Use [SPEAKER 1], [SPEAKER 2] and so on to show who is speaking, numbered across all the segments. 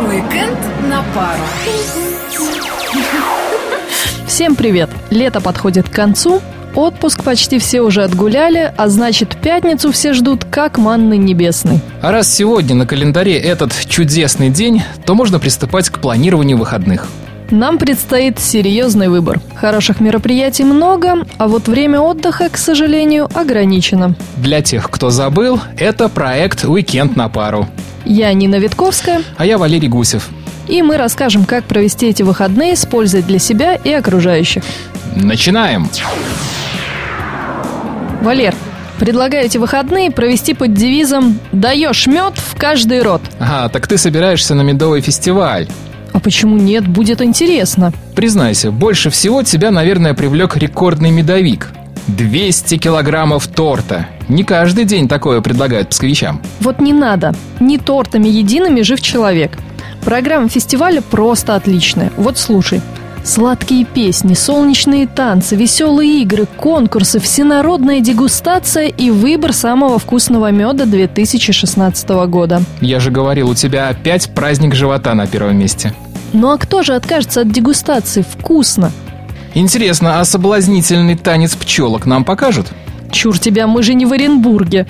[SPEAKER 1] Уикенд на пару.
[SPEAKER 2] Всем привет! Лето подходит к концу, отпуск почти все уже отгуляли, а значит пятницу все ждут как манны небесной.
[SPEAKER 3] А раз сегодня на календаре этот чудесный день, то можно приступать к планированию выходных.
[SPEAKER 2] Нам предстоит серьезный выбор. Хороших мероприятий много, а вот время отдыха, к сожалению, ограничено.
[SPEAKER 3] Для тех, кто забыл, это проект «Уикенд на пару».
[SPEAKER 2] Я Нина Витковская,
[SPEAKER 3] А я Валерий Гусев.
[SPEAKER 2] и мы расскажем, как провести эти выходные с пользой для себя и окружающих.
[SPEAKER 3] Начинаем!
[SPEAKER 2] Валер, предлагаю эти выходные провести под девизом «Даешь мед в каждый рот».
[SPEAKER 3] Ага, А, так ты собираешься на медовый фестиваль.
[SPEAKER 2] А почему нет, будет интересно.
[SPEAKER 3] Признайся, больше всего тебя, наверное, привлек рекордный медовик. 200 килограммов торта. Не каждый день такое предлагают псковичам.
[SPEAKER 2] Вот не надо. Не тортами едиными жив человек. Программа фестиваля просто отличная. Вот слушай. Сладкие песни, солнечные танцы, веселые игры, конкурсы, всенародная дегустация и выбор самого вкусного меда 2016 года.
[SPEAKER 3] Я же говорил, у тебя опять праздник живота на первом месте.
[SPEAKER 2] Ну а кто же откажется от дегустации? Вкусно!
[SPEAKER 3] Интересно, а соблазнительный танец пчелок нам покажут?
[SPEAKER 2] Чур тебя, мы же не в Оренбурге.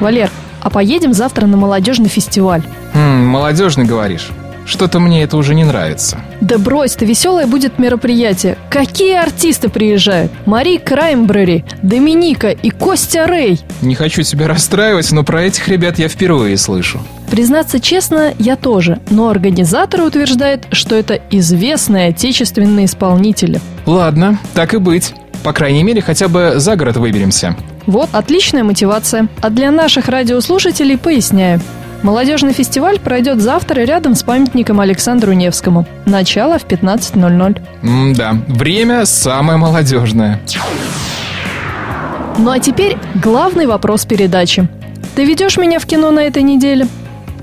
[SPEAKER 2] Валер, а поедем завтра на молодежный фестиваль?
[SPEAKER 3] Хм, молодежный говоришь. Что-то мне это уже не нравится.
[SPEAKER 2] Да брось ты, веселое будет мероприятие. Какие артисты приезжают? Мари Краймбрери, Доминика и Костя Рэй.
[SPEAKER 3] Не хочу тебя расстраивать, но про этих ребят я впервые слышу.
[SPEAKER 2] Признаться честно, я тоже, но организаторы утверждают, что это известные отечественные исполнители.
[SPEAKER 3] Ладно, так и быть. По крайней мере, хотя бы за город выберемся.
[SPEAKER 2] Вот отличная мотивация. А для наших радиослушателей поясняю. Молодежный фестиваль пройдет завтра рядом с памятником Александру Невскому. Начало в 15.00.
[SPEAKER 3] да, время самое молодежное.
[SPEAKER 2] Ну а теперь главный вопрос передачи. Ты ведешь меня в кино на этой неделе?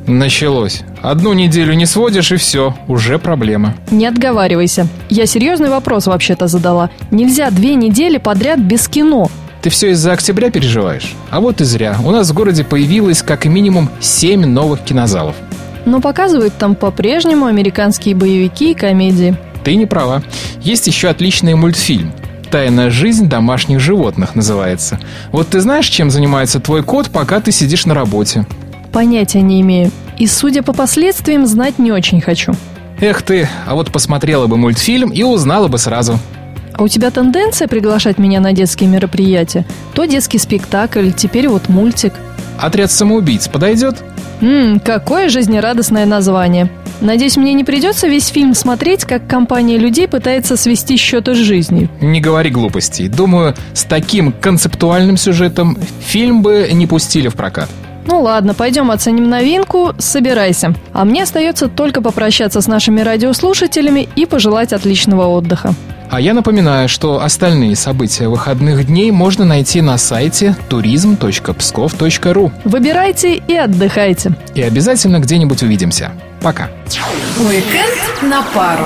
[SPEAKER 3] Началось. Одну неделю не сводишь и все, уже проблема.
[SPEAKER 2] Не отговаривайся. Я серьезный вопрос вообще-то задала. Нельзя две недели подряд без кино.
[SPEAKER 3] Ты все из-за октября переживаешь? А вот и зря. У нас в городе появилось как минимум 7 новых кинозалов.
[SPEAKER 2] Но показывают там по-прежнему американские боевики и комедии.
[SPEAKER 3] Ты не права. Есть еще отличный мультфильм. «Тайная жизнь домашних животных» называется. Вот ты знаешь, чем занимается твой кот, пока ты сидишь на работе?
[SPEAKER 2] Понятия не имею. И, судя по последствиям, знать не очень хочу.
[SPEAKER 3] Эх ты, а вот посмотрела бы мультфильм и узнала бы сразу.
[SPEAKER 2] А у тебя тенденция приглашать меня на детские мероприятия? То детский спектакль, теперь вот мультик.
[SPEAKER 3] Отряд самоубийц подойдет?
[SPEAKER 2] Ммм, какое жизнерадостное название. Надеюсь, мне не придется весь фильм смотреть, как компания людей пытается свести счеты с жизнью.
[SPEAKER 3] Не говори глупостей. Думаю, с таким концептуальным сюжетом фильм бы не пустили в прокат.
[SPEAKER 2] Ну ладно, пойдем оценим новинку, собирайся. А мне остается только попрощаться с нашими радиослушателями и пожелать отличного отдыха.
[SPEAKER 3] А я напоминаю, что остальные события выходных дней можно найти на сайте turism.pskov.ru.
[SPEAKER 2] Выбирайте и отдыхайте.
[SPEAKER 3] И обязательно где-нибудь увидимся. Пока.
[SPEAKER 1] Уикенд на пару.